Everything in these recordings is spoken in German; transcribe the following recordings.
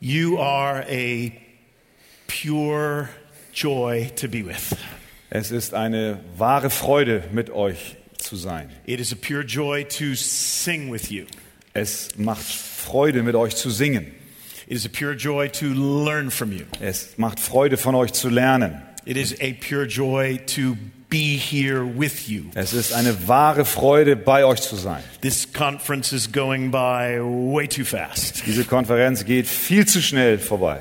You are a pure joy to be with. Es ist eine wahre Freude, mit euch zu sein. It is a pure joy to sing with you. Es macht Freude, mit euch zu singen. It is a pure joy to learn from you. Es macht Freude, von euch zu lernen. It is a pure joy to be here with you. Es ist eine wahre Freude, bei euch zu sein. This conference is going by way too fast. Diese Konferenz geht viel zu schnell vorbei.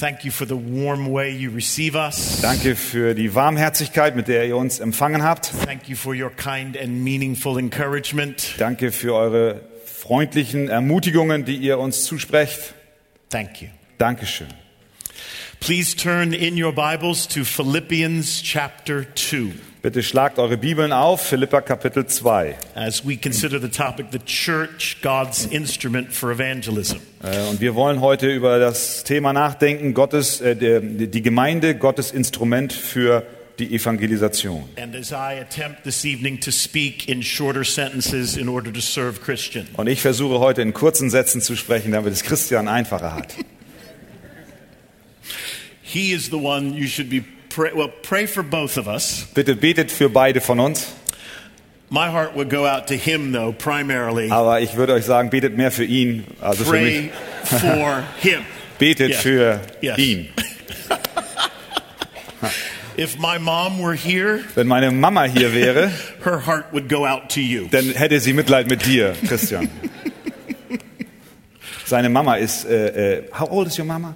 Thank you for the warm way you receive us. Danke für die Warmherzigkeit, mit der ihr uns empfangen habt. Thank you for your kind and meaningful encouragement. Danke für eure freundlichen Ermutigungen, die ihr uns zusprecht. Thank you. Dankeschön. Please turn in your Bibles to Philippians chapter 2 Bitte schlagt eure Bibeln auf, Philippa Kapitel 2. as we consider the topic the church, God's instrument for evangelism. Äh, Und wir wollen heute über das Thema nachdenken, Gottes, äh, der- die Gemeinde, Gottes Instrument für die Evangelisation. And as I attempt this evening to speak in shorter sentences in order to serve Christian, Und ich versuche heute in kurzen Sätzen zu sprechen, damit es Christian einfacher hat. he is the one you should be pray well pray for both of us. Bitte betet für beide von uns, My heart would go out to him though primarily. aber ich würde euch sagen, betet mehr für ihn, also für Pray mich. for him. Betet Yes. für Yes. ihn. If my mom were here, Wenn meine Mama hier wäre, her heart would go out to you. dann hätte sie Mitleid mit dir, Christian. Seine Mama ist, äh, äh, how old is your mama?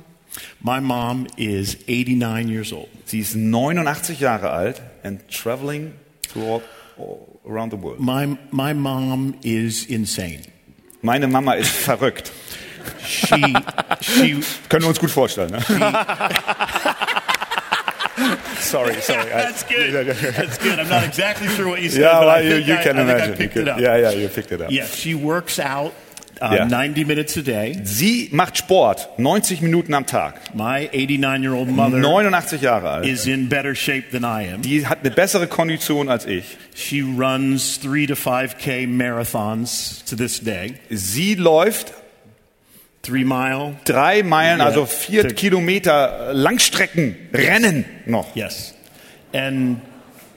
My mom is 89 years old. Sie ist 89 Jahre alt and traveling throughout, all around the world. My, my mom is insane. Meine Mama ist verrückt. She, she, Können wir uns gut vorstellen, ne? sorry, sorry. that's good. That's good. I'm not exactly sure what you said. Yeah, but I well, you, think you I- I think can I imagine. You picked can, it up. yeah, yeah, you picked it up. Yeah, she works out uh, Yeah. 90 minutes a day. Sie macht Sport, 90 Minuten am Tag. My 89 year old mother 89 Jahre alt. is in better shape than I am. Die hat eine bessere Kondition als ich. She runs three to 5K marathons to this day Sie läuft three mile, drei Meilen, Ja. also vier Tick. Kilometer Langstreckenrennen noch. yes. And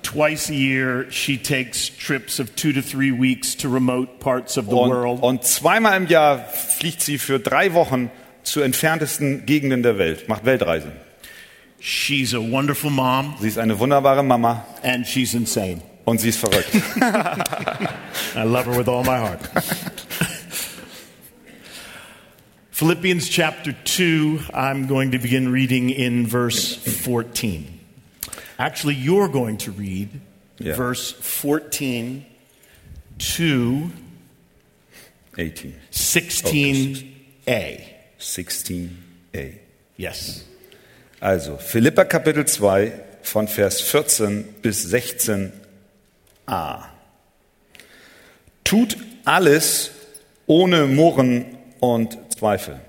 twice a year, she takes trips of two to three weeks to remote parts of the Und, world. und zweimal im Jahr fliegt sie für drei Wochen zu entferntesten Gegenden der Welt, macht Weltreisen. She's a wonderful mom, Sie ist eine wunderbare Mama and she's insane. und sie ist verrückt. I love her with all my heart. Philippians chapter 2, I'm going to begin reading in verse 14. Actually, you're going to read Yeah. verse 14 to 18, 16a. 16a. Yes. Also, Philippa Kapitel 2 von Vers 14 bis 16a. Tut alles ohne Murren und Zweifel,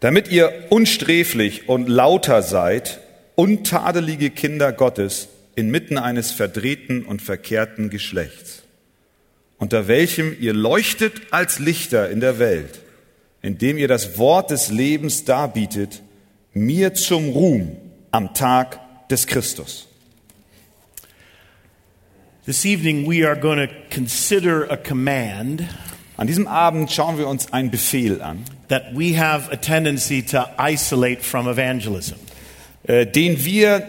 damit ihr unsträflich und lauter seid, untadelige Kinder Gottes inmitten eines verdrehten und verkehrten Geschlechts, unter welchem ihr leuchtet als Lichter in der Welt indem ihr das Wort des Lebens darbietet, mir zum Ruhm am Tag des Christus. This evening, we are going to consider a command An diesem Abend schauen wir uns einen Befehl an, that we have a tendency to isolate from evangelism, äh, den wir,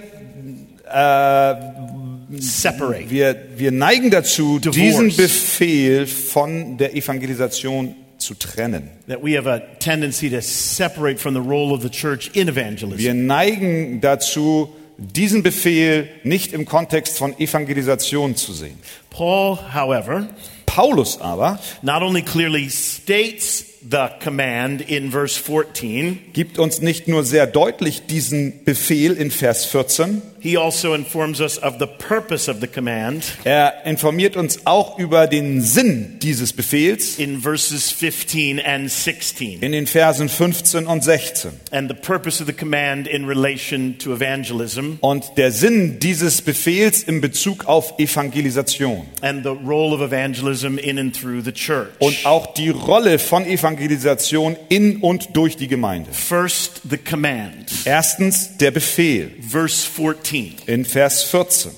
separate. wir, wir neigen dazu, Divorce. diesen Befehl von der Evangelisation zu trennen. that we have a tendency to separate from the role of the church in evangelism. Wir neigen dazu, diesen Befehl nicht im Kontext von Evangelisation zu sehen. Paul, however, Paulus aber not only clearly states the command in verse 14, gibt uns nicht nur sehr deutlich diesen Befehl in Vers 14, He also informs us of the purpose of the command Er informiert uns auch über den Sinn dieses Befehls in verses 15 and 16, in den Versen 15 und 16. and the purpose of the command in relation to evangelism, Und der Sinn dieses Befehls in Bezug auf Evangelisation and the role of evangelism in and through the church. und auch die Rolle von Evangelisation in und durch die Gemeinde. First, the command. Erstens der Befehl Verse 14. in Vers 14.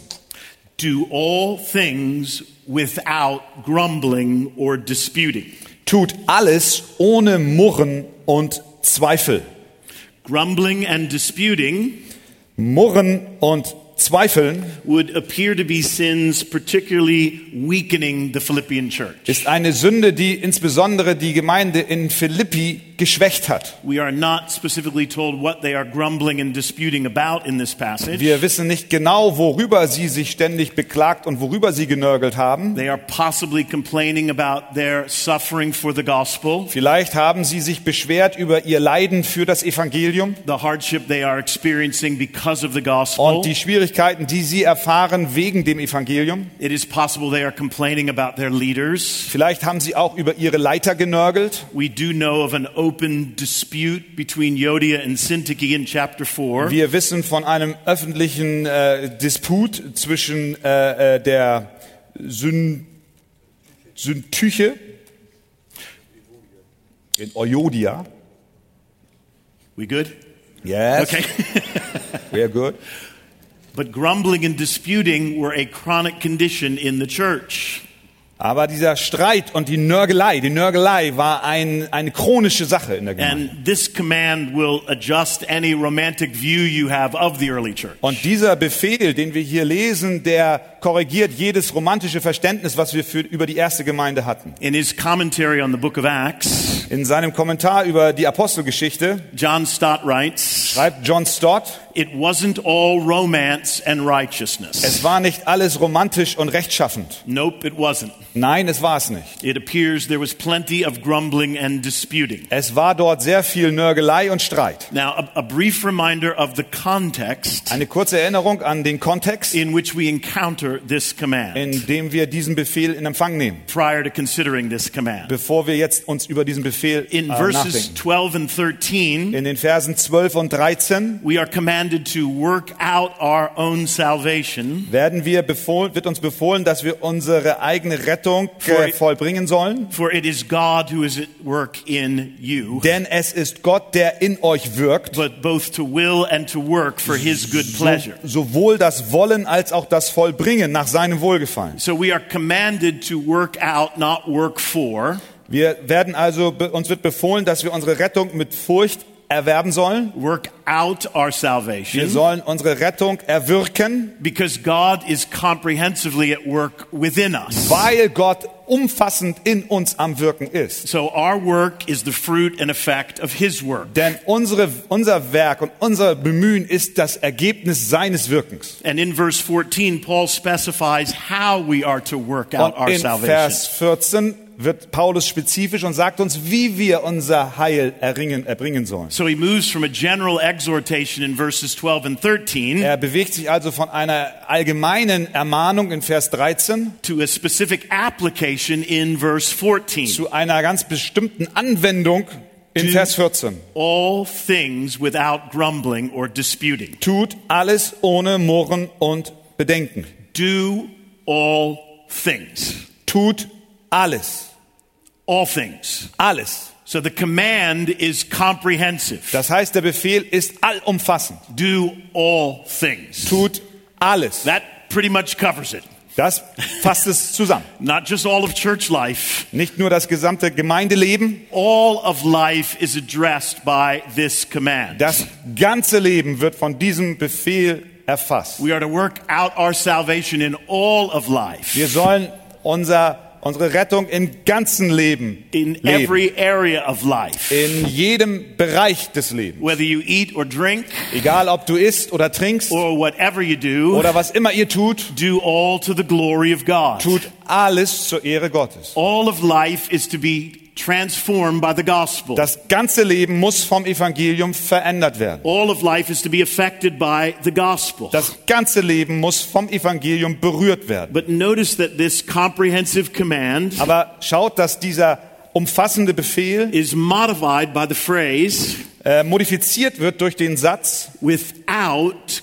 Do all things without grumbling or disputing. Tut alles ohne Murren und Zweifel. Grumbling and disputing Murren und Zweifeln would appear to be sins particularly weakening the Philippian church. ist eine Sünde, die insbesondere die Gemeinde in Philippi geschwächt hat. We are not specifically told what they are grumbling and disputing about in this passage. Wir wissen nicht genau, worüber sie sich ständig beklagt und worüber sie genörgelt haben. They are possibly complaining about their suffering for the gospel, Vielleicht haben sie sich beschwert über ihr Leiden für das Evangelium the hardship they are experiencing because of the gospel. und die Schwierigkeiten, die sie erfahren wegen dem Evangelium. It is possible they are complaining about their leaders. Vielleicht haben sie auch über ihre Leiter genörgelt. We do know of an open dispute between Yodia and Syntyche in chapter 4. Wir wissen von einem öffentlichen äh, Disput zwischen äh, äh, der Syn Syntüche in Euodia. We good? Yes, Okay. very good. but grumbling and disputing were a chronic condition in the church. Aber dieser Streit und die Nörgelei, die Nörgelei war ein, eine chronische Sache in der Gemeinde. And this command will adjust any romantic view you have of the early church. Und dieser Befehl, den wir hier lesen, der korrigiert jedes romantische Verständnis, was wir für, über die erste Gemeinde hatten. In his commentary on the book of Acts, In seinem Kommentar über die Apostelgeschichte John Stott writes, schreibt John Stott, It wasn't all romance and righteousness. Es war nicht alles romantisch und rechtschaffend. Nope, it wasn't. Nein, es war es nicht. It appears there was plenty of grumbling and disputing. Es war dort sehr viel Nörgelei und Streit. Now, a, a brief reminder of the context Eine kurze Erinnerung an den Kontext, in which we encounter this command in dem wir diesen Befehl in Empfang nehmen, prior to considering this command. bevor wir jetzt uns über diesen Befehl äh, In verses nachdenken. 12 and 13, In den Versen 12 und 13 we are commanded to work out our own salvation werden wir befohlen, wird uns befohlen, dass wir unsere eigene Rettung äh, Vor- vollbringen sollen. for it is God who is at work in you, Denn es ist Gott, der in euch wirkt, but both to will and to work for his good so, pleasure. sowohl das Wollen als auch das Vollbringen nach seinem Wohlgefallen. So we are commanded to work out, not work for. Wir werden also, be- uns wird befohlen, dass wir unsere Rettung mit Furcht erwerben sollen. Work out our Wir salvation sollen unsere Rettung erwirken, because God is comprehensively at work within us. weil Gott umfassend in uns am Wirken ist. So our work is the fruit and effect of his work. Denn unsere, unser Werk und unser Bemühen ist das Ergebnis seines Wirkens. And in verse 14, Paul specifies how we are to work out Und our in salvation. Vers 14 wird Paulus spezifisch und sagt uns, wie wir unser Heil erringen, erbringen sollen. So he moves from a general exhortation in verses 12 and 13 Er bewegt sich also von einer allgemeinen Ermahnung in Vers 13 to a specific application in verse 14. zu einer ganz bestimmten Anwendung in Tü- Vers 14. All things without grumbling or disputing. Tut alles ohne Murren und Bedenken. Do all things. Tut alles. All things. Alles. So the command is comprehensive. Das heißt, der Befehl ist allumfassend. Do all things. Tut alles. That pretty much covers it. Das fasst es zusammen. Not just all of church life. Nicht nur das gesamte Gemeindeleben, All of life is addressed by this command. das ganze Leben wird von diesem Befehl erfasst. we are to work out our salvation in all of life, Wir sollen unser, unsere Rettung im ganzen Leben in leben. every area of life. in jedem Bereich des Lebens. Whether you eat or drink Egal, ob du isst oder trinkst or whatever you do, oder was immer ihr tut, do all to the glory of God. tut alles zur Ehre Gottes. All of life is to be transformed by the gospel. Das ganze Leben muss vom Evangelium verändert werden. All of life is to be affected by the gospel. Das ganze Leben muss vom Evangelium berührt werden. But notice that this comprehensive command Aber schaut, dass dieser umfassende Befehl is modified by the phrase äh, modifiziert wird durch den Satz without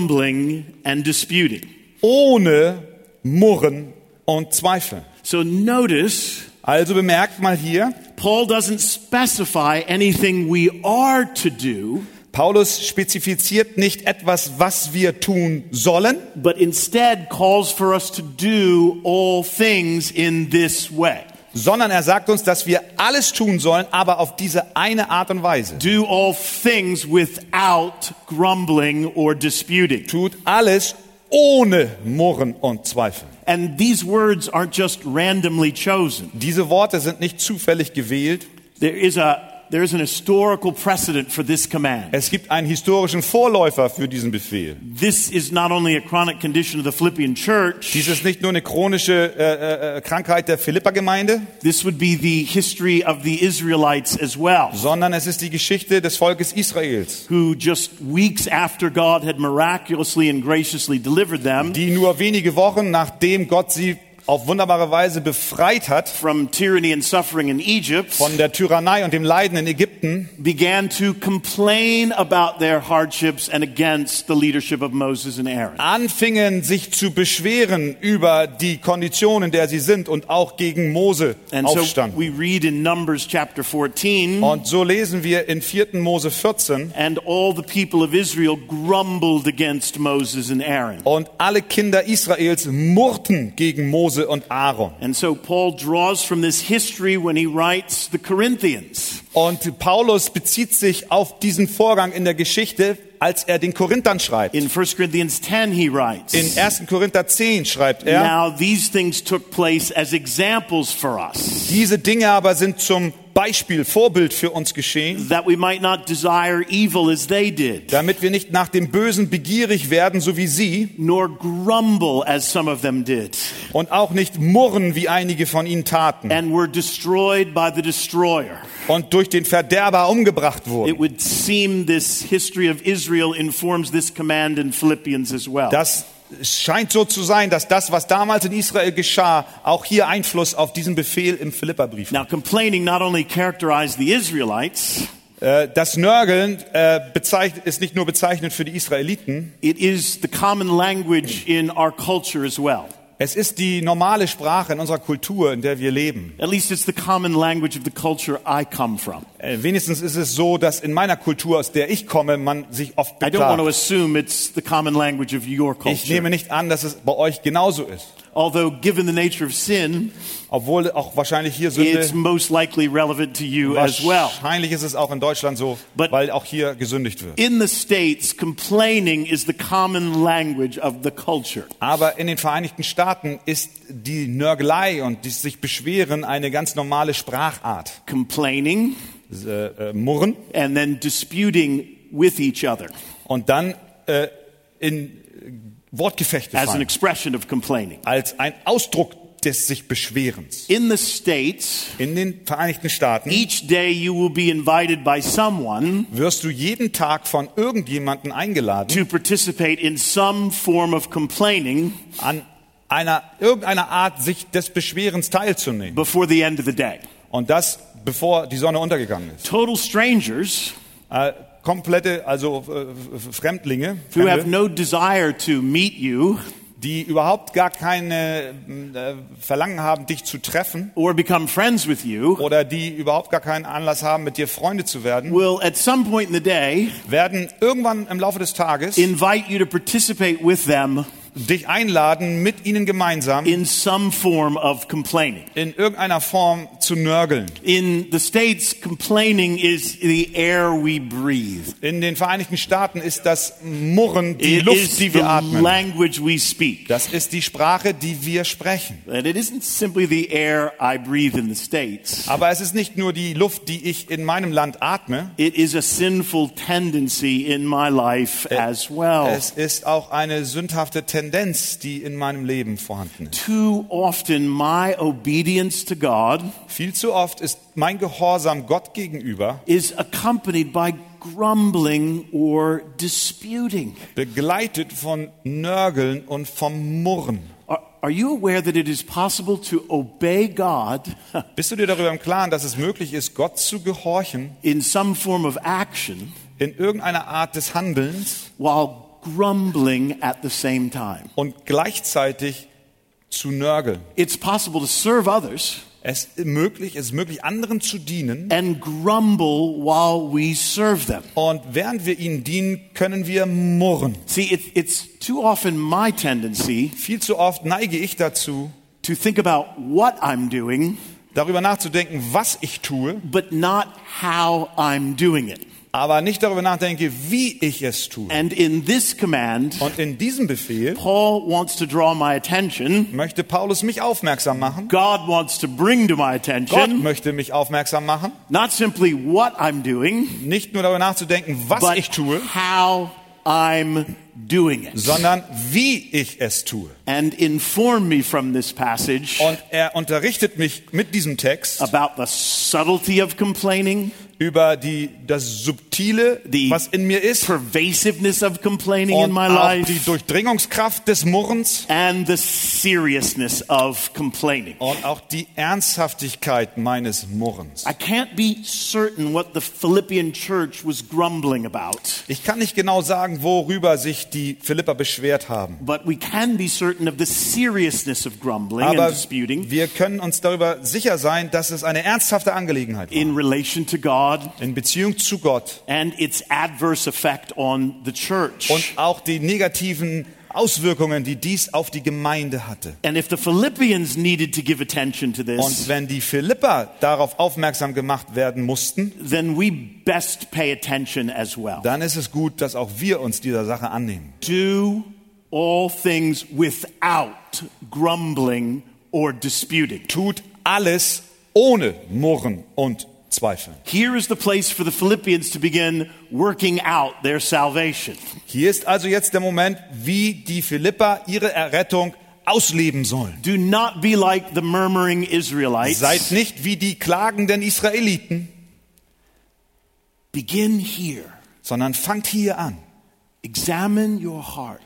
grumbling and disputing. ohne Murren und Zweifel. So notice Also bemerkt mal hier, Paul doesn't specify anything we are to do, Paulus spezifiziert nicht etwas, was wir tun sollen, but instead calls for us to do all things in this way. sondern er sagt uns, dass wir alles tun sollen, aber auf diese eine Art und Weise. Do all things without grumbling or disputing. Tut alles ohne Murren und Zweifel. And these words aren't just randomly chosen. Diese Worte sind nicht zufällig gewählt. There is a there is an historical precedent for this command. Es gibt einen historischen Vorläufer für diesen Befehl. This is not only a chronic condition of the Philippian church, Dies ist nicht nur eine chronische äh, äh, Krankheit der Philippergemeinde, this would be the history of the Israelites as well. sondern es ist die Geschichte des Volkes Israels, who just weeks after God had miraculously and graciously delivered them die nur wenige Wochen nachdem Gott sie auf wunderbare Weise befreit hat from tyranny and suffering in Egypt von der Tyrannei und dem Leiden in Ägypten, began to complain about their hardships and against the leadership of Moses and Aaron. anfingen sich zu beschweren über die Kondition, in der sie sind und auch gegen Mose And so aufstanden. we read in Numbers chapter 14 Und so lesen wir in 4. Mose 14, and all the people of Israel grumbled against Moses and Aaron. und alle Kinder Israels murrten gegen Mose und Aaron. And so Paul draws from this history when he writes the Corinthians. Und Paulus bezieht sich auf diesen Vorgang in der Geschichte, als er den Korinthern schreibt. In 1 Corinthians 10 he writes In 1. Korinther 10 schreibt er, Now, these things took place as examples for us, diese Dinge aber sind zum Beispiel, Vorbild für uns geschehen, that we might not desire evil as they did, damit wir nicht nach dem Bösen begierig werden, so wie sie, nor grumble as some of them did, und auch nicht murren, wie einige von ihnen taten, and were destroyed by the destroyer. und durch den Verderber umgebracht wurden. It would seem this history of Israel informs this command in Philippians as well. Das scheint so zu sein, dass das, was damals in Israel geschah, auch hier Einfluss auf diesen Befehl im Philipperbrief now, complaining not only characterized the Israelites, Äh, Das Nörgeln äh, bezeichnet, ist nicht nur bezeichnend für die Israeliten, it is the common language in our culture as well. es ist die normale Sprache in unserer Kultur, in der wir leben. At least it's the common language of the culture I come from. Äh, wenigstens ist es so, dass in meiner Kultur, aus der ich komme, man sich oft I don't want to beklagt. assume it's the common language of your Ich culture. nehme nicht an, dass es bei euch genauso ist, Although, given the nature of sin, obwohl auch wahrscheinlich hier it's Sünde, most likely relevant to you as well. wahrscheinlich ist es auch in Deutschland so, But- weil auch hier gesündigt wird. In the States, complaining is the common language of the culture. Aber in den Vereinigten Staaten ist die Nörgelei und das sich Beschweren eine ganz normale Sprachart. Complaining Äh, äh, Murren. and then disputing with each other und dann äh, in äh, Wortgefechte as an fallen, expression of complaining. als ein Ausdruck des sich Beschwerens. In the States, In den Vereinigten Staaten each day you will be invited by someone wirst du jeden Tag von irgendjemandem eingeladen, to participate in some form of complaining an einer, irgendeiner Art sich des Beschwerens teilzunehmen. before the end of the day. Und das, bevor die Sonne untergegangen ist. Total strangers Äh, komplette, also äh, f- Fremdlinge, who have Fremde, no desire to meet you die überhaupt gar keine mh, äh, Verlangen haben, dich zu treffen or become friends with you oder die überhaupt gar keinen Anlass haben, mit dir Freunde zu werden. will at some point in the day werden irgendwann im Laufe des Tages invite you to participate with them dich einladen, mit ihnen gemeinsam in some form of complaining. in irgendeiner Form zu nörgeln. In the States, complaining is the air we breathe. In den Vereinigten Staaten ist das Murren die It is Luft, the die wir atmen. language we speak. Das ist die Sprache, die wir sprechen. And it isn't simply the air I breathe in the States. Aber es ist nicht nur die Luft, die ich in meinem Land atme. It is a sinful tendency in my life as well. Es ist auch eine sündhafte Tendenz, die in meinem Leben vorhanden ist. Too often, my obedience to God Viel zu oft ist mein Gehorsam Gott gegenüber is accompanied by grumbling or disputing. begleitet von Nörgeln und vom Murren. Are, are you aware that it is possible to obey God Bist du dir darüber im Klaren, dass es möglich ist, Gott zu gehorchen in some form of action in irgendeiner Art des Handelns while grumbling at the same time? und gleichzeitig zu nörgeln? It's possible to serve others Es ist möglich, es ist möglich, anderen zu dienen and grumble while we serve them. und während wir ihnen dienen, können wir murren. See, it, it's too often my tendency Viel zu oft neige ich dazu, to think about what I'm doing, darüber nachzudenken, was ich tue, but not how I'm doing it. aber nicht darüber nachdenke, wie ich es tue. And in this command, Und in diesem Befehl Paul wants to draw my attention. möchte Paulus mich aufmerksam machen. God wants to bring to my Gott attention möchte mich aufmerksam machen, not simply what I'm doing, nicht nur darüber nachzudenken, was but ich tue, how I'm doing it. sondern wie ich es tue. And inform me from this passage Und er unterrichtet mich mit diesem Text about the subtlety of complaining, über die, das Subtile, the was in mir ist, pervasiveness of complaining in und my auch die life, Durchdringungskraft des Murrens and the seriousness of complaining. und auch die Ernsthaftigkeit meines Murrens. I can't be certain what the Philippian church was grumbling about, Ich kann nicht genau sagen, worüber sich die Philipper beschwert haben. but we can be certain of the seriousness of grumbling Aber and disputing wir können uns darüber sicher sein, dass es eine ernsthafte Angelegenheit war. in relation to God In Beziehung zu Gott and its adverse effect on the church. und auch die negativen Auswirkungen, die dies auf die Gemeinde hatte. and if the Philippians needed to give attention to Und this, wenn die Philipper darauf aufmerksam gemacht werden mussten, then we best pay attention as well. dann ist es gut, dass auch wir uns dieser Sache annehmen. Do all things without grumbling or disputing. Tut alles ohne Murren und Zweifeln. Here is the place for the Philippians to begin working out their salvation. Hier ist also jetzt der Moment, wie die Philipper ihre Errettung ausleben sollen. Do not be like the murmuring Israelites. Seid nicht wie die klagenden Israeliten, Begin here. sondern fangt hier an. Examine your heart.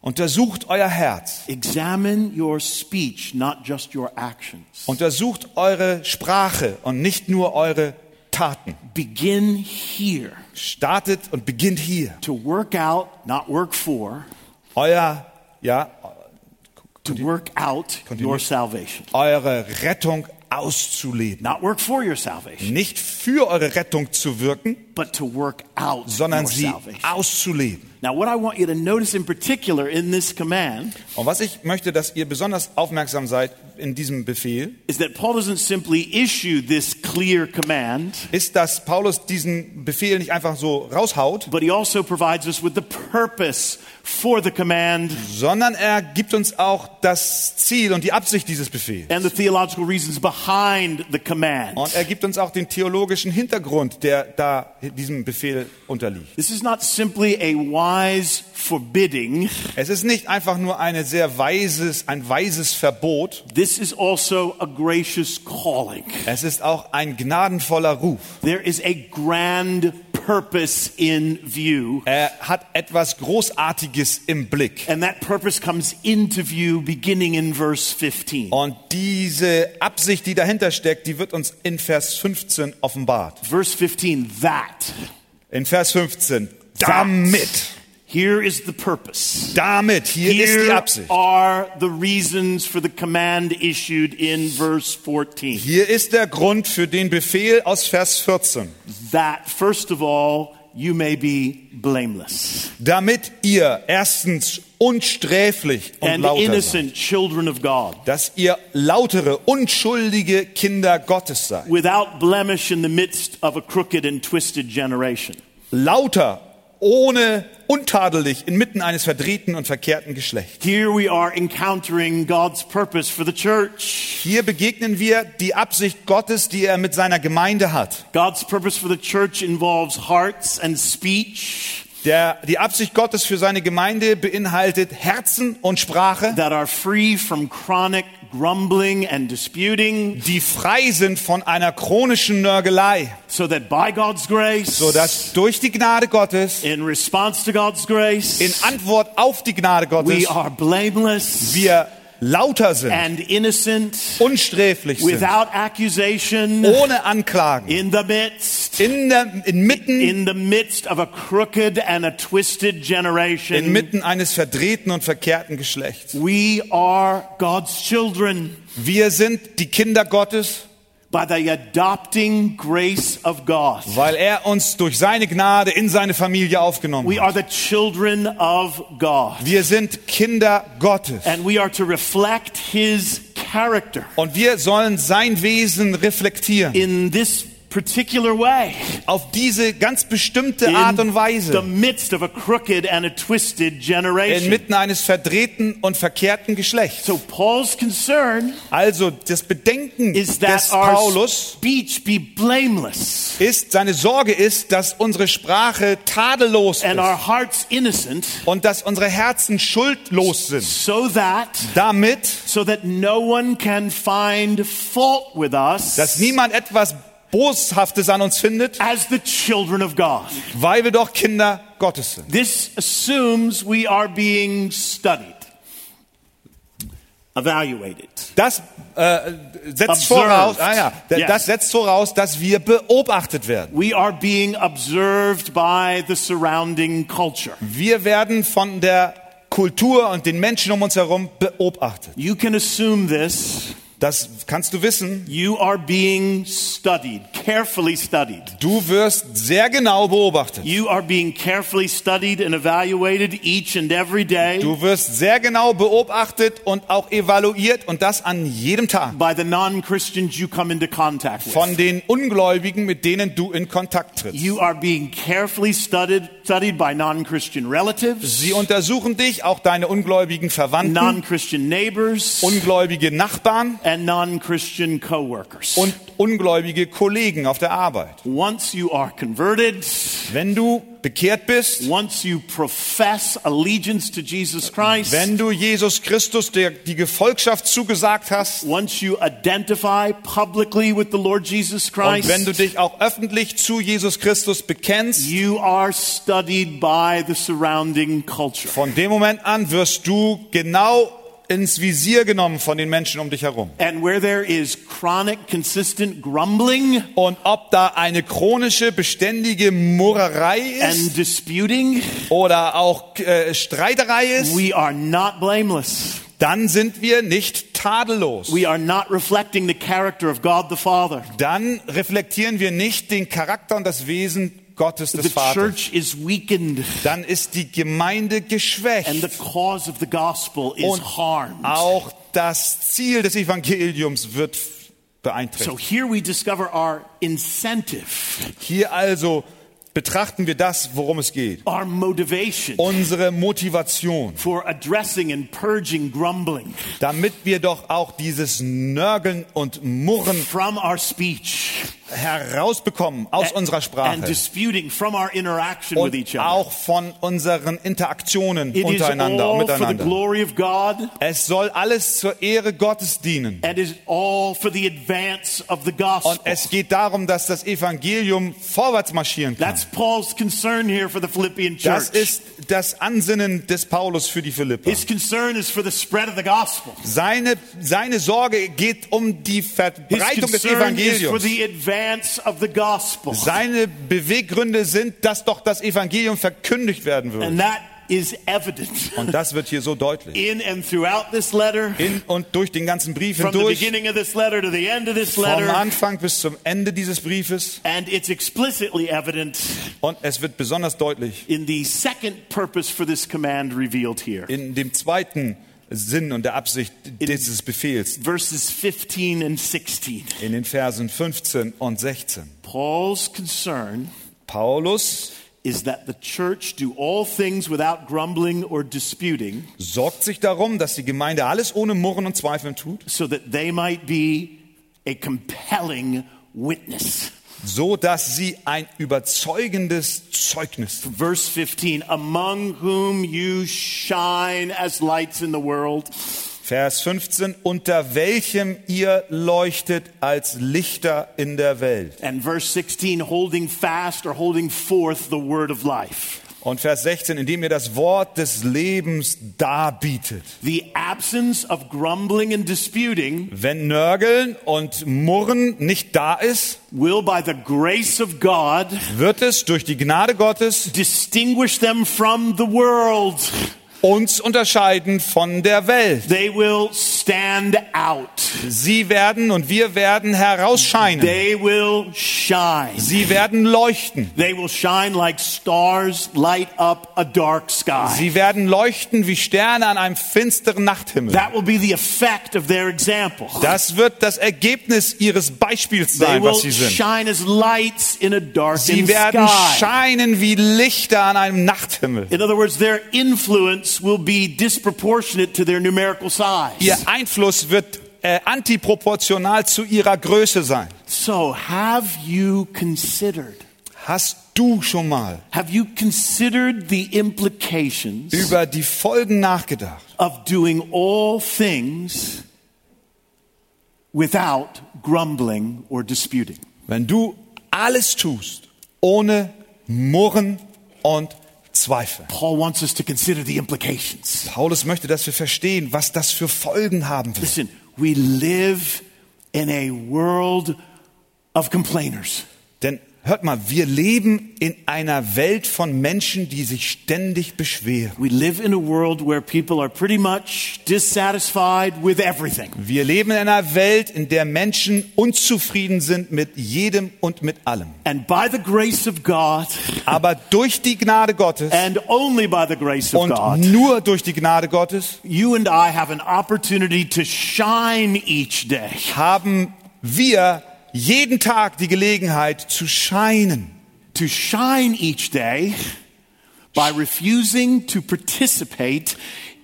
Untersucht euer Herz. Examine your speech, not just your actions. Untersucht eure Sprache und nicht nur eure Taten. Begin here Startet und beginnt hier. to work out, not work for, Euer, ja, to work out Continue. your salvation. eure Rettung auszuleben. Not work for your salvation, Nicht für eure Rettung zu wirken, but to work out sondern your sie salvation. auszuleben. Now, what I want you to notice in particular in this command Und was ich möchte, dass ihr besonders aufmerksam seid in diesem Befehl, is that Paul doesn't simply issue this clear command, ist, dass Paulus diesen Befehl nicht einfach so raushaut, but he also provides us with the purpose for the command sondern er gibt uns auch das Ziel und die Absicht dieses Befehls. and the theological reasons behind the command. Und er gibt uns auch den theologischen Hintergrund, der da diesem Befehl unterliegt. This is not simply a wise forbidding. Es ist nicht einfach nur eine sehr weises, ein weises Verbot, This is also a gracious calling. es ist auch ein gnadenvoller Ruf. There is a grand purpose in view, Er hat etwas Großartiges im Blick. and that purpose comes into view beginning in verse 15. Und diese Absicht, die dahinter steckt, die wird uns in Vers 15 offenbart. Verse 15, that. In Vers 15. Damit, Here is the purpose. damit, hier ist die Here Absicht. are the reasons for the command issued in verse 14. Hier ist der Grund für den Befehl aus Vers 14. That, first of all, you may be blameless. damit ihr erstens unsträflich und and lauter seid, innocent children of God, dass ihr lautere, unschuldige Kinder Gottes seid, without blemish in the midst of a crooked and twisted generation. lauter, ohne, untadelig, inmitten eines verdrehten und verkehrten Geschlechts. Here we are encountering God's purpose for the church. Hier begegnen wir die Absicht Gottes, die er mit seiner Gemeinde hat. God's purpose for the church involves hearts and speech Der, die Absicht Gottes für seine Gemeinde beinhaltet Herzen und Sprache, that are free from chronic grumbling and disputing, die frei sind von einer chronischen Nörgelei, so that by God's grace, sodass durch die Gnade Gottes, in response to God's grace, in Antwort auf die Gnade Gottes, we are blameless wir lauter sind, and innocent, unsträflich sind, without accusation, ohne Anklagen, in the midst, in der, inmitten, in the midst of a crooked and a twisted generation. inmitten eines verdrehten und verkehrten Geschlechts. we are God's children Wir sind die Kinder Gottes, by the adopting grace of God. weil er uns durch seine Gnade in seine Familie aufgenommen We hat. are the children of God. Wir sind Kinder Gottes. And we are to reflect his character Und wir sollen sein Wesen reflektieren. in this particular way Auf diese ganz bestimmte in Art und the Weise. midst of a crooked and a twisted generation. Inmitten eines verdrehten und verkehrten Geschlechts. so Paul's concern Also das Bedenken is that des our Paulus speech be blameless ist, seine Sorge ist, dass unsere Sprache tadellos and our ist hearts innocent und dass unsere Herzen schuldlos sind. so that Damit, so that no one can find fault with us dass niemand etwas Boshaftes an uns findet, as the children of God. weil wir doch Kinder Gottes sind. This assumes we are being studied, evaluated. Das äh, setzt Observed. voraus, ah ja, d- Yes. das setzt voraus, dass wir beobachtet werden. We are being observed by the surrounding culture. Wir werden von der Kultur und den Menschen um uns herum beobachtet. You can assume this. Das kannst du wissen. You are being studied, carefully studied. Du wirst sehr genau beobachtet. You are being carefully studied and evaluated each and every day Du wirst sehr genau beobachtet und auch evaluiert und das an jedem Tag by the non Christians you come into contact with. von den Ungläubigen, mit denen du in Kontakt trittst. You are being carefully studied, studied by non Christian relatives, Sie untersuchen dich, auch deine ungläubigen Verwandten, non Christian neighbors, ungläubige Nachbarn and non Christian co workers. und ungläubige Kollegen auf der Arbeit. Once you are converted, Wenn du bekehrt bist, once you profess allegiance to Jesus Christ, wenn du Jesus Christus der, die Gefolgschaft zugesagt hast once you identify publicly with the Lord Jesus und wenn du Christ, dich auch öffentlich zu Jesus Christus bekennst, you are studied by the surrounding culture. von dem Moment an wirst du genau ins Visier genommen von den Menschen um dich herum. And where there is chronic, consistent grumbling Und ob da eine chronische, beständige Murrerei and ist disputing, oder auch äh, Streiterei ist, we are not blameless. dann sind wir nicht tadellos. We are not reflecting the character of God the Father. Dann reflektieren wir nicht den Charakter und das Wesen Gottes des The Vaters. church is weakened, Dann ist die Gemeinde and the geschwächt. cause of the gospel is Und harmed. Auch das Ziel des Evangeliums wird So beeinträchtigt. here we discover our incentive, Hier also betrachten wir das, worum es geht. our motivation Unsere Motivation, for addressing and purging grumbling damit wir doch auch dieses Nörgeln und Murren from our speech herausbekommen aus a- unserer and Sprache disputing from our interaction with each und other. auch von unseren Interaktionen It is untereinander und all for the miteinander. glory of God Es soll alles zur Ehre Gottes dienen. and is all for the advance of the gospel. Und es geht darum, dass das Evangelium vorwärts marschieren kann. That's Paul's concern here for the Philippian Das church. ist das Ansinnen des Paulus für die Philipper. His concern is for the spread of the gospel. Seine, seine Sorge geht um die His Verbreitung des concern is for Evangeliums. the advance of the gospel. Seine Beweggründe sind, dass doch das Evangelium verkündigt werden And würde. that is evident Und das wird hier so deutlich. in and throughout this letter, In und durch den ganzen Brief from the hindurch, beginning of this letter to the end of this vom letter. Anfang bis zum Ende dieses Briefes. And it's explicitly evident Und es wird besonders deutlich in the second purpose for this command revealed here. in dem zweiten Sinn und der Absicht dieses Befehls Verses 15 and 16. in den Versen 15 und 16. Paul's concern Paulus is that the church do all things without grumbling or disputing, sorgt sich darum, dass die Gemeinde alles ohne Murren und Zweifeln tut, so that they might be a compelling witness. so dass sie ein überzeugendes Zeugnis. Verse 15, among whom you shine as lights in the world, Vers 15, unter welchem ihr leuchtet als Lichter in der Welt. And verse 16, holding fast or holding forth the word of life. Und Vers 16, indem ihr das Wort des Lebens darbietet. The absence of grumbling and disputing Wenn Nörgeln und Murren nicht da ist, will, by the grace of God, wird es durch die Gnade Gottes distinguish them from the world. uns unterscheiden von der Welt. They will stand out, Sie werden und wir werden herausscheinen. they will shine. Sie werden leuchten. They will shine like stars light up a dark sky. Sie werden leuchten wie Sterne an einem finsteren Nachthimmel. That will be the effect of their example. Das wird das Ergebnis ihres Beispiels They sein, will was sie sind. shine as lights in a Sie darkened werden sky. scheinen wie Lichter an einem Nachthimmel. In other words, their influence will be disproportionate to their numerical size. Ihr Einfluss wird äh, antiproportional zu ihrer Größe sein. So, have you considered? Hast du schon mal Have you considered the implications über die Folgen nachgedacht, of doing all things without grumbling or disputing? wenn du alles tust, ohne Murren und Zweifel? Paul wants us to consider the implications. Paulus möchte, dass wir verstehen, was das für Folgen haben wird. Listen, we live in a world of complainers. Denn hört mal, wir leben in einer Welt von Menschen, die sich ständig beschweren. We live in a world where people are pretty much dissatisfied with everything. Wir leben in einer Welt, in der Menschen unzufrieden sind mit jedem und mit allem. And by the grace of God, Aber durch die Gnade Gottes and only by the grace of und God, nur durch die Gnade Gottes you and I have an opportunity to shine each day. haben wir jeden Tag die Gelegenheit zu scheinen. To shine each day by refusing to participate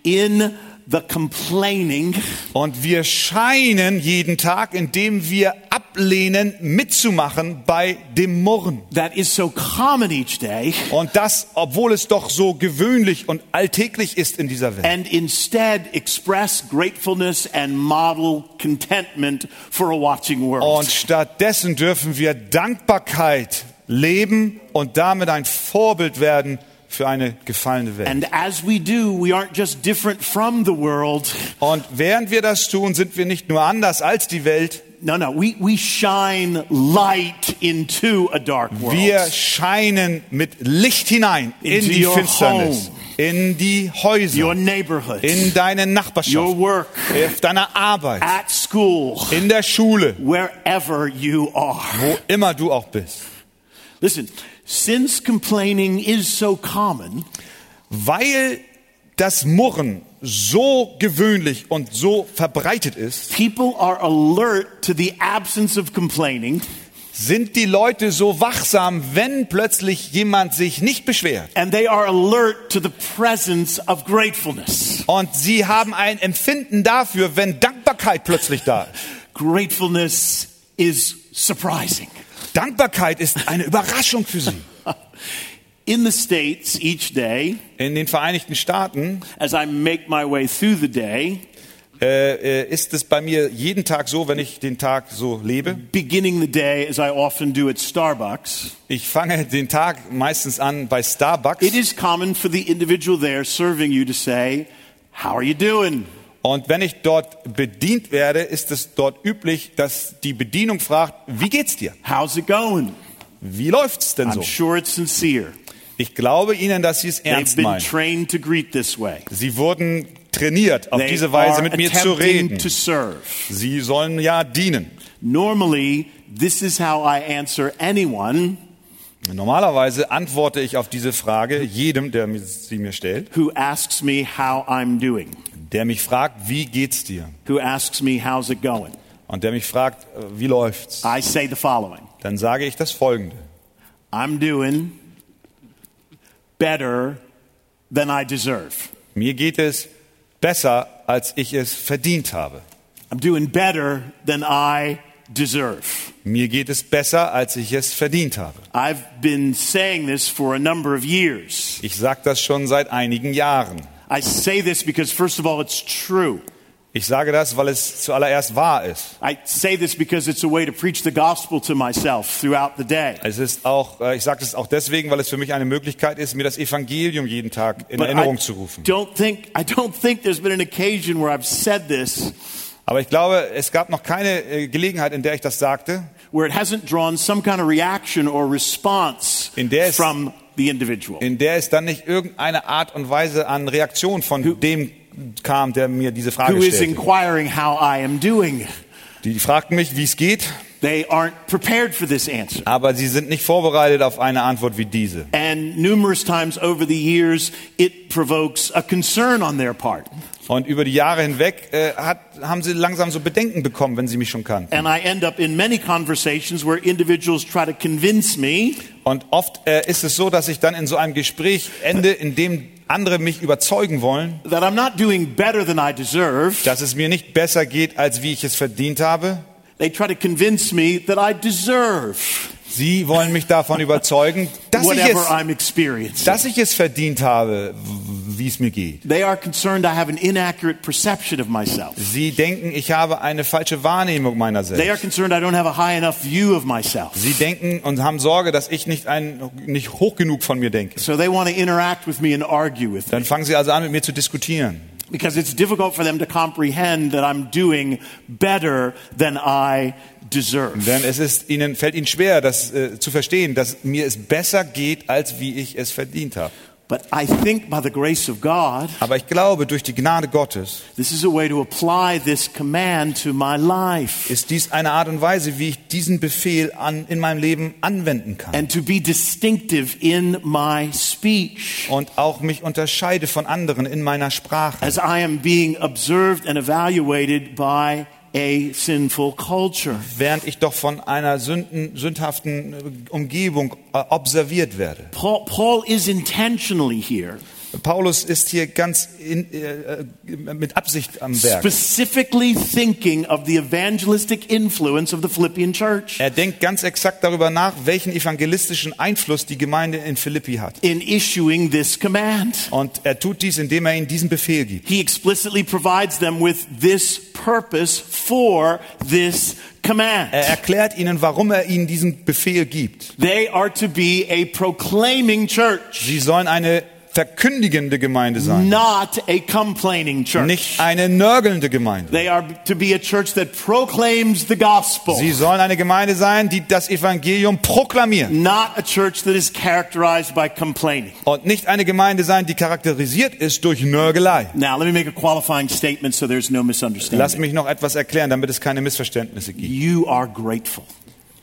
in the complaining Und wir scheinen jeden Tag, indem wir ablehnen, mitzumachen bei dem Murren. that is so common each day. Und das, obwohl es doch so gewöhnlich und alltäglich ist in dieser Welt. and instead express gratefulness and model contentment for a watching world. Und stattdessen dürfen wir Dankbarkeit leben und damit ein Vorbild werden für eine gefallene Welt. and as we do, we aren't just different from the world. Und während wir das tun, sind wir nicht nur anders als die Welt, No, no, we, we shine light into a dark world. wir scheinen mit Licht hinein in Into die your Finsternis, home. in die Your Häuser, neighborhood, in deine your Nachbarschaft, work, auf deiner Arbeit, at school, in der Schule, wherever you are. wo immer du auch bist. Listen, since complaining is so common, Weil das Murren so gewöhnlich und so verbreitet ist, people are alert to the absence of complaining. sind die Leute so wachsam, wenn plötzlich jemand sich nicht beschwert. and they are alert to the presence of gratefulness. Und sie haben ein Empfinden dafür, wenn Dankbarkeit plötzlich da ist. Gratefulness is surprising. Dankbarkeit ist eine Überraschung für sie. In the States, each day, In den Vereinigten Staaten as I make my way through the day, äh, äh, ist es bei mir jeden Tag so, wenn ich den Tag so lebe. beginning the day as I often do at Starbucks, Ich fange den Tag meistens an bei Starbucks. it is common for the individual there serving you to say, How are you doing? Und wenn ich dort bedient werde, ist es dort üblich, dass die Bedienung fragt, wie geht's dir? How's it going? Wie läuft's denn I'm so? sure it's sincere. Ich glaube Ihnen, dass Sie es They've ernst been meinen. trained to greet this way. Sie wurden trainiert, auf They diese Weise are mit mir zu attempting reden. to serve. Sie sollen ja dienen. Normally, this is how I answer anyone Normalerweise antworte ich auf diese Frage jedem, der mir- sie mir stellt, who asks me how I'm doing, der mich fragt, wie geht's dir? who asks me how's it going. Und der mich fragt, äh, wie läuft's? I say the following Dann sage ich das Folgende. I'm doing better than I deserve. Mir geht es besser, als ich es verdient habe. I'm doing better than I deserve. Mir geht es besser, als ich es verdient habe. I've been saying this for a number of years. Ich sage das schon seit einigen Jahren. I say this because, first of all, it's true. Ich sage das, weil es zuallererst wahr ist. I say this because it's a way to preach the gospel to myself throughout the day. Es ist auch, äh, ich sage es auch deswegen, weil es für mich eine Möglichkeit ist, mir das Evangelium jeden Tag in But Erinnerung I zu rufen. don't think I don't think there's been an occasion where I've said this Aber ich glaube, es gab noch keine äh, Gelegenheit, in der ich das sagte, where it hasn't drawn some kind of reaction or response In der es- from the individual. in der es dann nicht irgendeine Art und Weise an Reaktion von dem kam, der mir diese Frage who is stellte. inquiring how I am doing. Die fragten mich, wie es geht, They aren't prepared for this answer. aber sie sind nicht vorbereitet auf eine Antwort wie diese. And numerous times over the years, it provokes a concern on their part. Und über die Jahre hinweg äh, hat, haben sie langsam so Bedenken bekommen, wenn sie mich schon kannten. And I end up in many conversations where individuals try to convince me Und oft äh, ist es so, dass ich dann in so einem Gespräch ende, in dem andere mich überzeugen wollen, that I'm not doing better than I deserve. dass es mir nicht besser geht, als wie ich es verdient habe. They try to convince me that I deserve Sie wollen mich davon überzeugen, dass ich, whatever es, I'm experiencing. dass ich es verdient habe, w- wie es mir geht. They are concerned I have an inaccurate perception of myself. Sie denken, ich habe eine falsche Wahrnehmung meiner They are selbst. concerned I don't have a high enough view of myself. Sie denken und haben Sorge, dass ich nicht, ein, nicht hoch genug von mir denke. So they want to interact with me and argue with me. Dann fangen sie also an, mit mir zu diskutieren. because it's difficult for them to comprehend that I'm doing better than I deserve. Denn es ist ihnen, fällt ihnen schwer, das äh, zu verstehen, dass mir es besser geht, als wie ich es verdient habe. but I think by the grace of God, Aber ich glaube, durch die Gnade Gottes this is a way to apply this command to my life ist dies eine Art und Weise, wie ich diesen Befehl an, in meinem Leben anwenden kann. and to be distinctive in my speech Und auch mich unterscheide von anderen in meiner Sprache. as I am being observed and evaluated by a sinful culture. Während ich doch von einer sünden, sündhaften äh, Umgebung äh, observiert werde. Paul, Paul is intentionally here, Paulus ist hier ganz in, äh, äh, mit Absicht am Werk. specifically thinking of the evangelistic influence of the Philippian church. Er denkt ganz exakt darüber nach, welchen evangelistischen Einfluss die Gemeinde in Philippi hat. in issuing this command. Und er tut dies, indem er ihnen diesen Befehl gibt. He explicitly provides them with this purpose for this Er command. erklärt ihnen, warum er ihnen diesen Befehl gibt. They are to be a proclaiming church, Sie sollen eine verkündigende Gemeinde sein, not a complaining church. nicht eine nörgelnde Gemeinde. They are to be a church that proclaims the gospel, Sie sollen eine Gemeinde sein, die das Evangelium proklamiert not a church that is characterized by complaining. und nicht eine Gemeinde sein, die charakterisiert ist durch Nörgelei. Now, let me make a qualifying statement so there's no Lass misunderstanding. mich noch etwas erklären, damit es keine Missverständnisse gibt. You are grateful.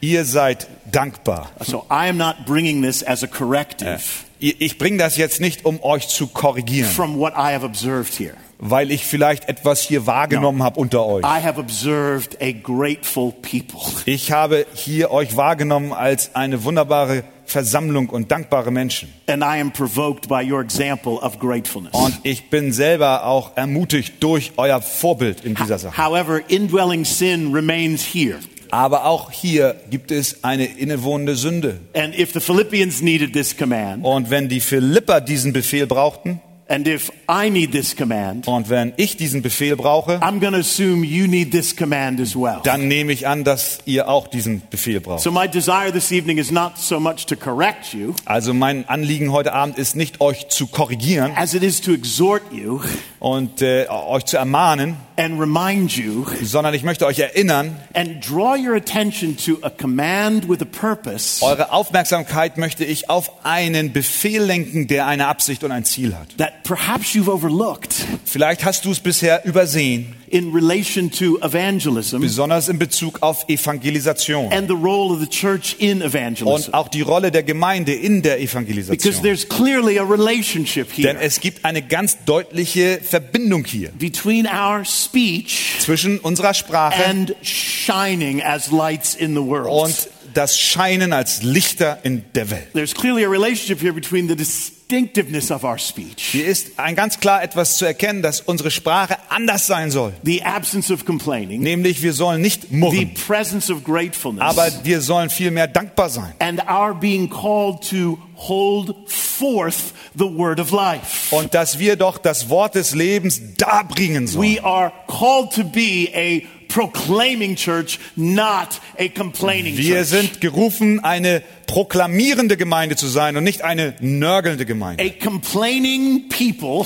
Ihr seid dankbar. So I am not bringing this as a corrective Ich ich bringe das jetzt nicht, um euch zu korrigieren. from what I have observed here. weil ich vielleicht etwas hier wahrgenommen habe unter euch. I have observed a grateful people. Ich habe hier euch wahrgenommen als eine wunderbare Versammlung und dankbare Menschen. And I am provoked by your example of gratefulness. Und ich bin selber auch ermutigt durch euer Vorbild in dieser Sache. However, indwelling sin remains here. Aber auch hier gibt es eine innewohnende Sünde. And if the Philippians needed this command, Und wenn die Philipper diesen Befehl brauchten and if I need this command, und wenn ich diesen Befehl brauche, I'm going to assume you need this command as well. dann nehme ich an, dass ihr auch diesen Befehl braucht. So, my desire this evening is not so much to correct you Also mein Anliegen heute Abend ist nicht, euch zu korrigieren as it is to exhort you und äh, euch zu ermahnen, and remind you sondern ich möchte euch erinnern, and draw your attention to a command with a purpose Eure Aufmerksamkeit möchte ich auf einen Befehl lenken, der eine Absicht und ein Ziel hat. that perhaps you've overlooked. Vielleicht hast du es bisher übersehen, in relation to evangelism besonders in Bezug auf Evangelisation and the role of the church in und evangelism. auch die Rolle der Gemeinde in der Because Evangelisation. there's clearly a relationship Denn here es gibt eine ganz deutliche Verbindung hier between our speech zwischen unserer Sprache and shining as lights in the world. und das Scheinen als Lichter in der Welt. There's clearly a relationship here between the distinctiveness of our speech, Hier ist ein ganz klar etwas zu erkennen, dass unsere Sprache anders sein soll. the absence of complaining, Nämlich wir sollen nicht the murren, presence of gratefulness, aber wir sollen vielmehr dankbar sein. and our being called to hold forth the word of life. und dass wir doch das Wort des Lebens darbringen sollen. We are called to be a proclaiming church, not a complaining Wir church. sind gerufen, eine proklamierende Gemeinde zu sein und nicht eine nörgelnde a Gemeinde. complaining people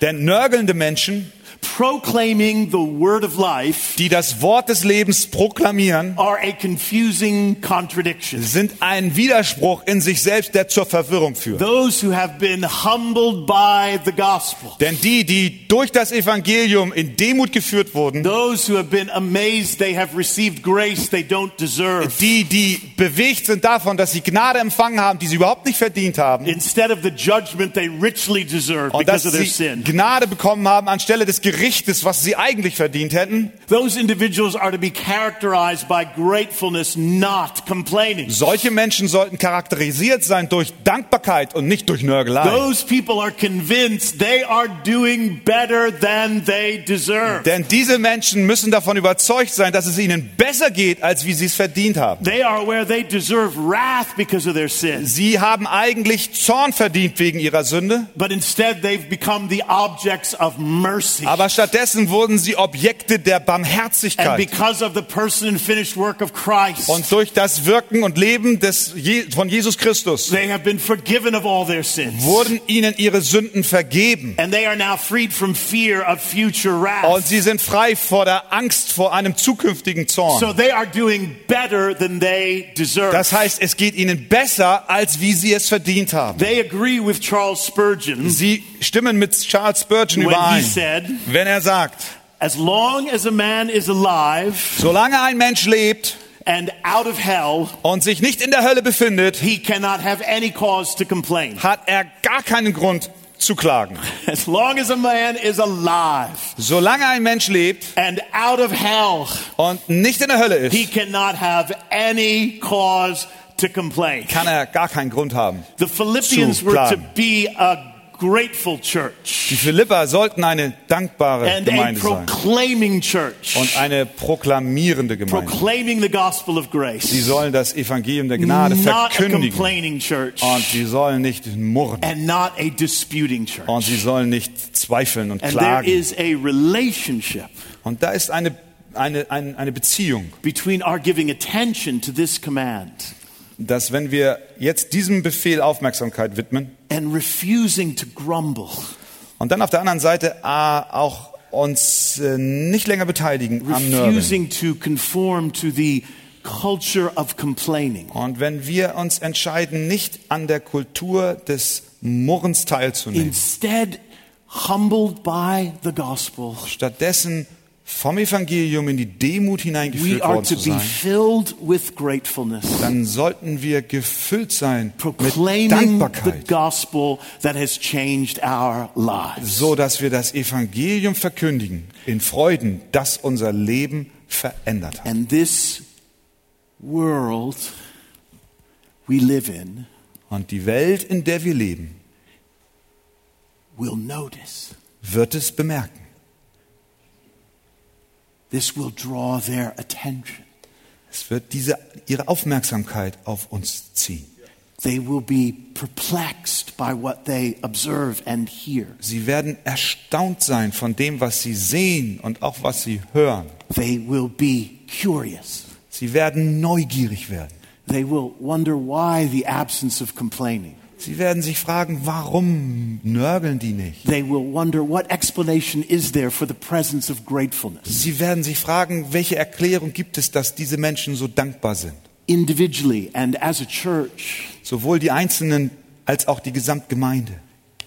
Denn nörgelnde Menschen, proclaiming the word of life die das Wort des Lebens proklamieren, are a confusing contradiction. sind ein Widerspruch in sich selbst, der zur Verwirrung führt. Those who have been humbled by the gospel, Denn die, die durch das Evangelium in Demut geführt wurden, those who have been amazed they have received grace they don't deserve. die, die bewegt sind davon, dass sie Gnade empfangen haben, die sie überhaupt nicht verdient haben, Instead of the judgment they richly deserve und dass because of their sie sin. Gnade bekommen haben anstelle des Gerichtes, was sie eigentlich verdient hätten, Those individuals are to be characterized by gratefulness, not complaining. Solche Menschen sollten charakterisiert sein durch Dankbarkeit und nicht durch Nörgelei. Those people are convinced they are doing better than they deserve. Denn diese Menschen müssen davon überzeugt sein, dass es ihnen besser geht, als wie sie es verdient haben. They are aware they deserve wrath because of their sins, Sie haben eigentlich Zorn verdient wegen ihrer Sünde, but instead they've become the objects of mercy. aber stattdessen wurden sie Objekte der And Barmherzigkeit. because of the person and finished work of Christ, Und durch das Wirken und Leben des, Je- von Jesus Christus they have been forgiven of all their sins. wurden ihnen ihre Sünden vergeben. And they are now freed from fear of future Und wrath. sie sind frei vor der Angst vor einem zukünftigen So Zorn. they are doing better than they deserve. Das heißt, es geht ihnen besser, als wie sie es verdient haben. They agree with Charles Spurgeon Sie stimmen mit Charles Spurgeon when he überein, said, wenn er sagt, As long as a man is alive solange ein Mensch lebt and out of hell, und sich nicht in der Hölle befindet, he cannot have any cause to complain. hat er gar keinen Grund zu klagen. As long as a man is alive Solange ein Mensch lebt and out of hell, und nicht in der Hölle he ist, cannot have any cause to complain. kann er gar keinen Grund haben. The Philippians Zu were to plagen. be a grateful Die church Philipper sollten eine dankbare and a Gemeinde sein proclaiming church, und eine proklamierende Gemeinde. proclaiming the gospel of Sie grace, sollen das Evangelium der Gnade not a verkündigen complaining church, und sie sollen nicht murren and not a disputing church. und sie sollen nicht zweifeln und And there klagen. is a relationship Und da ist eine, eine, eine, eine Beziehung. between our giving attention to this command dass wenn wir jetzt diesem Befehl Aufmerksamkeit widmen and refusing to grumble, und dann auf der anderen Seite ah, auch uns äh, nicht länger beteiligen am Nörgeln. refusing to conform to the culture of complaining, Und wenn wir uns entscheiden, nicht an der Kultur des Murrens teilzunehmen, instead humbled by the gospel, stattdessen vom Evangelium in die Demut we hineingeführt are worden to zu be sein, filled with gratefulness. dann sollten wir gefüllt sein mit Proclaiming the Dankbarkeit, gospel that has changed our lives. so dass wir das Evangelium verkündigen in Freuden, das unser Leben verändert hat. And this world we live in Und die Welt, in der wir leben, will notice. wird es bemerken. This will draw their attention. Es wird diese, ihre Aufmerksamkeit auf uns ziehen. They will be perplexed by what they observe and hear. Sie werden erstaunt sein von dem, was sie sehen und auch was sie hören. They will be curious. Sie werden neugierig werden. They will wonder why the absence of complaining. Sie werden sich fragen, warum nörgeln die nicht? They will wonder what explanation is there for the presence of gratefulness. Sie werden sich fragen, welche Erklärung gibt es, dass diese Menschen so dankbar sind? Individually and as a church, Sowohl die Einzelnen als auch die Gesamtgemeinde.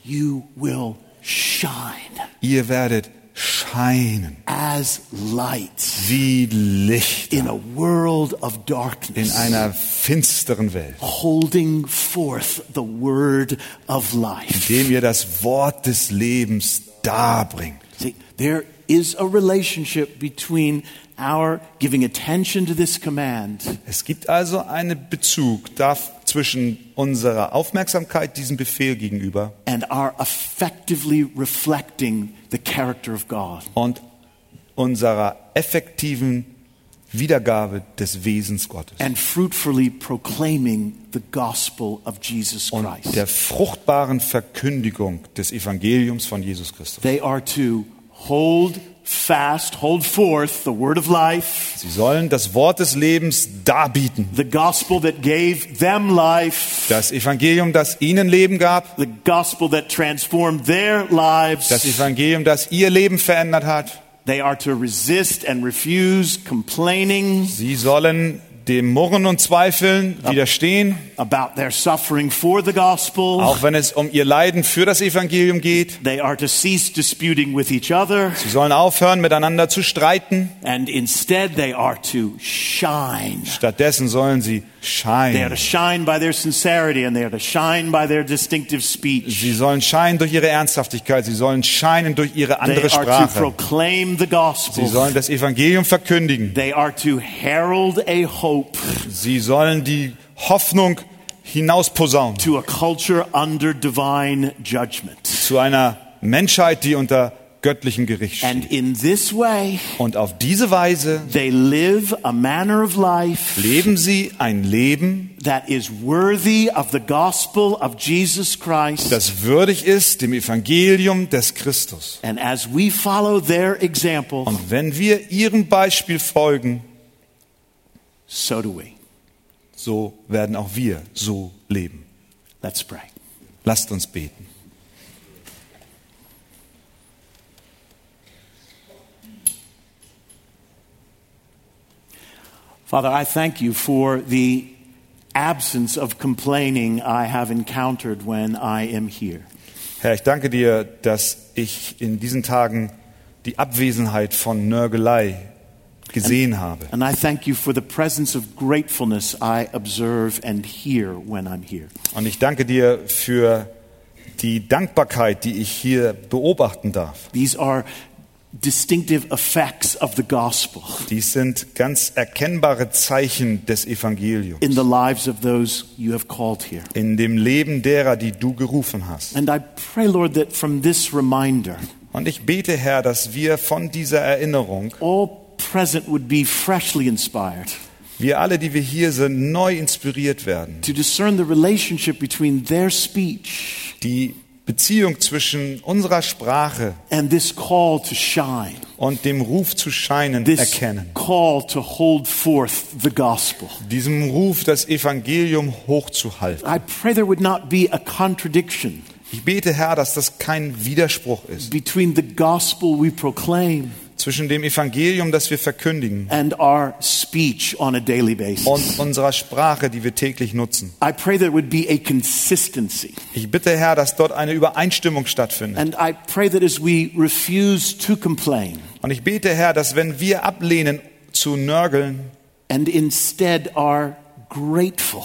you will shine Ihr werdet scheinen as lights wie Licht in a world of in darkness. einer finsteren Welt. holding forth the word of life. indem ihr das Wort des Lebens darbringt. See, there is a relationship between our giving attention to this command Es gibt also einen Bezug da zwischen unserer Aufmerksamkeit diesem Befehl gegenüber and our effectively reflecting the character of God. und unserer effektiven Wiedergabe des Wesens Gottes and fruitfully proclaiming the gospel of Jesus und Christ. der fruchtbaren Verkündigung des Evangeliums von Jesus Christus. They are to hold fast, hold forth the word of life, Sie sollen das Wort des Lebens darbieten. the gospel that gave them life, Das Evangelium, das ihnen Leben gab, the gospel that transformed their lives. das Evangelium, das ihr Leben verändert hat. They are to resist and refuse complaining Sie sollen dem Murren und Zweifeln widerstehen, about their suffering for the gospel. auch wenn es um ihr Leiden für das Evangelium geht. They are to cease disputing with each other, Sie sollen aufhören, miteinander zu streiten. and instead they are to shine. Stattdessen sollen They sie are to scheinen. shine by their sincerity, and they are to shine by their distinctive speech. Sie sollen scheinen durch ihre Ernsthaftigkeit. Sie sollen scheinen durch ihre They andere are to Sprache. proclaim the Sie gospel. sollen das Evangelium verkündigen. They are to herald a hope Sie sollen die Hoffnung hinausposaunen to a culture under divine judgment. zu einer Menschheit, die unter göttlichem Gericht steht. And in this way, Und auf diese Weise they live a manner of life leben sie ein Leben, that is worthy of the gospel of Jesus Christ. das würdig ist dem Evangelium des Christus. And as we follow their example, Und wenn wir ihrem Beispiel folgen, so do we. so werden auch wir so leben. Let's pray. Lasst uns beten. Father, I thank you for the absence of complaining I have encountered when I am here. Herr, ich danke dir, dass ich in diesen Tagen die Abwesenheit von Nörgelei gesehen habe. And I thank you for the presence of gratefulness I observe and hear when I'm here. Und ich danke dir für die Dankbarkeit, die ich hier beobachten darf. These are distinctive effects of the gospel Dies sind ganz erkennbare Zeichen des Evangeliums in the lives of those you have called here. in dem Leben derer, die du gerufen hast. And I pray, Lord, that from this reminder, Und ich bete, Herr, dass wir von dieser Erinnerung, all present would be freshly inspired wir alle, die wir hier sind, neu inspiriert werden. to discern the relationship between their speech Die Beziehung zwischen unserer Sprache and this call to shine. und dem Ruf zu scheinen this erkennen. call to hold forth the gospel. Diesem Ruf, das Evangelium hochzuhalten. I pray there would not be a contradiction Ich bete, Herr, dass das kein Widerspruch ist. between the gospel we proclaim zwischen dem Evangelium, das wir verkündigen, and our speech on a daily basis. und unserer Sprache, die wir täglich nutzen. I pray there would be a consistency. Ich bitte, Herr, dass dort eine Übereinstimmung stattfindet. And I pray that as we refuse to complain Und ich bete, Herr, dass wenn wir ablehnen zu nörgeln, and instead are grateful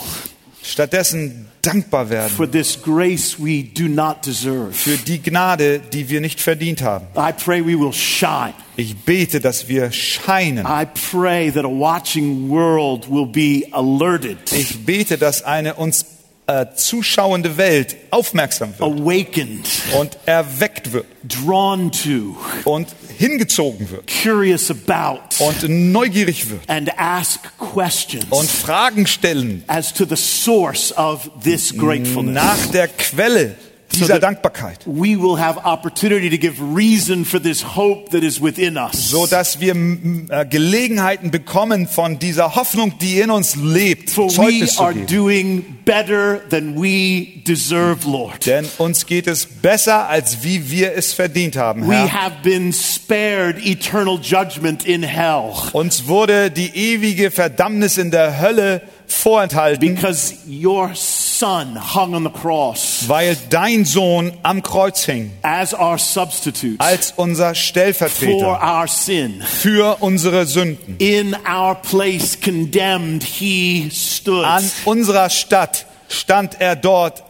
stattdessen dankbar werden for this grace we do not für deserve, die Gnade, die wir nicht verdient haben. I pray we will shine. Ich bete, dass wir scheinen. I pray that a watching world will be alerted. Ich bete, dass eine uns äh, zuschauende Welt aufmerksam wird awakened, und erweckt wird drawn to, und hingezogen wird curious about, und neugierig wird and ask questions und Fragen stellen as to the source of this gratefulness. nach der Quelle So dieser that Dankbarkeit, We will have opportunity to give reason for this hope that is within us. so dass wir m, äh, Gelegenheiten bekommen von dieser Hoffnung, die in uns lebt, for we Zeugnis zu are geben. doing better than we deserve, Lord. Denn uns geht es besser, als wie wir es verdient haben, We Herr. have been spared eternal judgment in hell Uns wurde die ewige Verdammnis in der Hölle vorenthalten, because your son hung on the cross weil dein Sohn am Kreuz hing, as our substitute als unser for Stellvertreter our sin. für unsere Sünden. In our place, condemned, he stood. An unserer Stadt stand er dort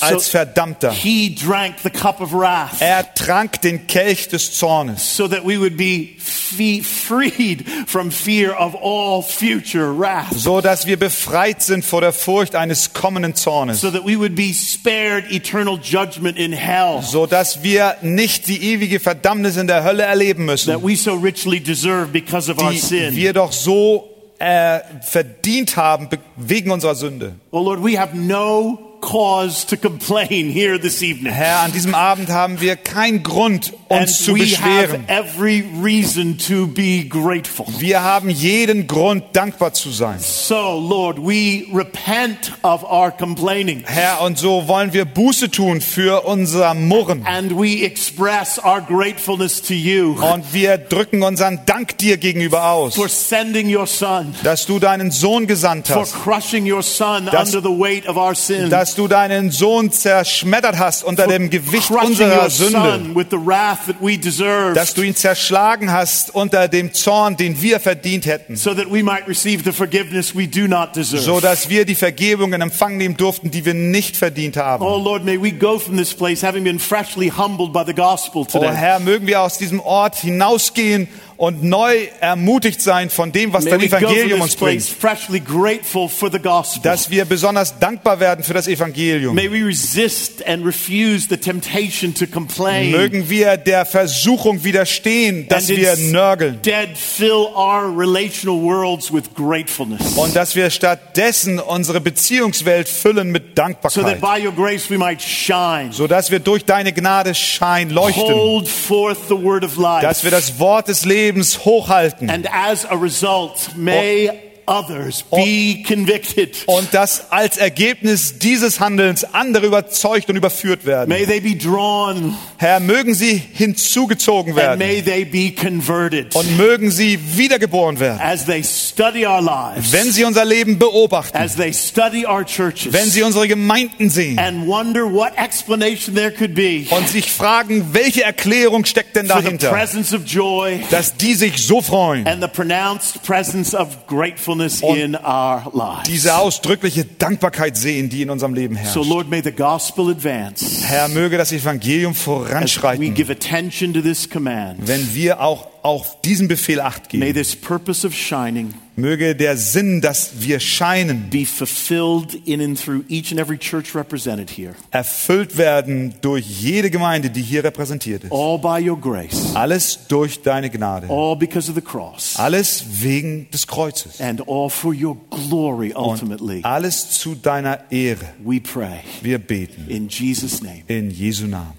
als Verdammter. He drank the cup of wrath Er trank den Kelch des Zornes, so that we would be fe- freed from fear of all future wrath, so dass wir befreit sind vor der Furcht eines kommenden Zornes, so that we would be spared eternal judgment in hell so dass wir nicht die ewige Verdammnis in der Hölle erleben that müssen, we so richly deserve because of our die sin. wir doch so äh, verdient haben be- wegen unserer Sünde. Well, Oh, Lord, we have no cause to complain here this evening. Herr, an diesem Abend haben wir keinen Grund, and uns zu we beschweren. have every reason to be grateful. Wir haben jeden Grund, dankbar zu sein. So, Lord, we repent of our complaining Herr, und so wollen wir Buße tun für unser Murren. and we express our gratefulness to you Und wir drücken unseren Dank dir gegenüber aus, for sending your son, dass du deinen Sohn gesandt for hast, crushing your son Das- under the weight of our sin, dass du deinen Sohn zerschmettert hast unter for dem er Gewicht crushing your unserer Sünde, son with the wrath that we deserve dass du ihn zerschlagen hast unter dem Zorn, den wir verdient hätten, so that we might receive the forgiveness we do not deserve. so dass wir die Vergebung in Empfang nehmen durften, die wir nicht verdient Oh haben. Lord, may we go from this place having been freshly humbled by the gospel Oh today. Herr, mögen wir aus diesem Ort hinausgehen und neu ermutigt sein von dem, was May dein we go from Evangelium this uns place bringt. freshly grateful for the gospel. dass wir besonders dankbar werden für das Evangelium. May we resist and refuse the temptation to complain. Mögen wir der Versuchung widerstehen, dass and wir ins- nörgeln Dead fill our relational worlds with gratefulness. und dass wir stattdessen unsere Beziehungswelt füllen mit so that Dankbarkeit, by your grace we might shine. sodass wir durch deine Gnade Schein leuchten, hold forth the word of life. dass wir das Wort des Lebens hochhalten and as a result, may others be convicted. und dass als Ergebnis dieses Handelns andere überzeugt und überführt werden. may they be drawn Herr, mögen sie hinzugezogen and werden may they be converted und mögen sie wiedergeboren werden, as they study our lives, wenn sie unser Leben beobachten, as they study our churches, wenn sie unsere Gemeinden sehen. and wonder what explanation there could be und sich fragen, welche Erklärung steckt denn for the dahinter, presence of joy dass die sich so freuen. and the pronounced presence of gratefulness Und in our lives. Diese ausdrückliche Dankbarkeit sehen, die in unserem Leben herrscht. So, Lord, may the gospel advance Herr, möge das Evangelium as we voranschreiten, give attention to this command. wenn wir auch auf diesen Befehl Acht May geben. this purpose of shining Möge der Sinn, dass wir scheinen, be fulfilled in and through each and every church represented here, erfüllt werden durch jede Gemeinde, die hier repräsentiert ist. all by your grace, Alles durch deine Gnade. all because of the cross, Alles wegen des Kreuzes. and all for your glory ultimately. Und alles zu deiner Ehre. We pray Wir beten. in Jesus' name. In Jesu Namen.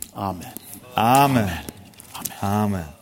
Amen. Amen. Amen.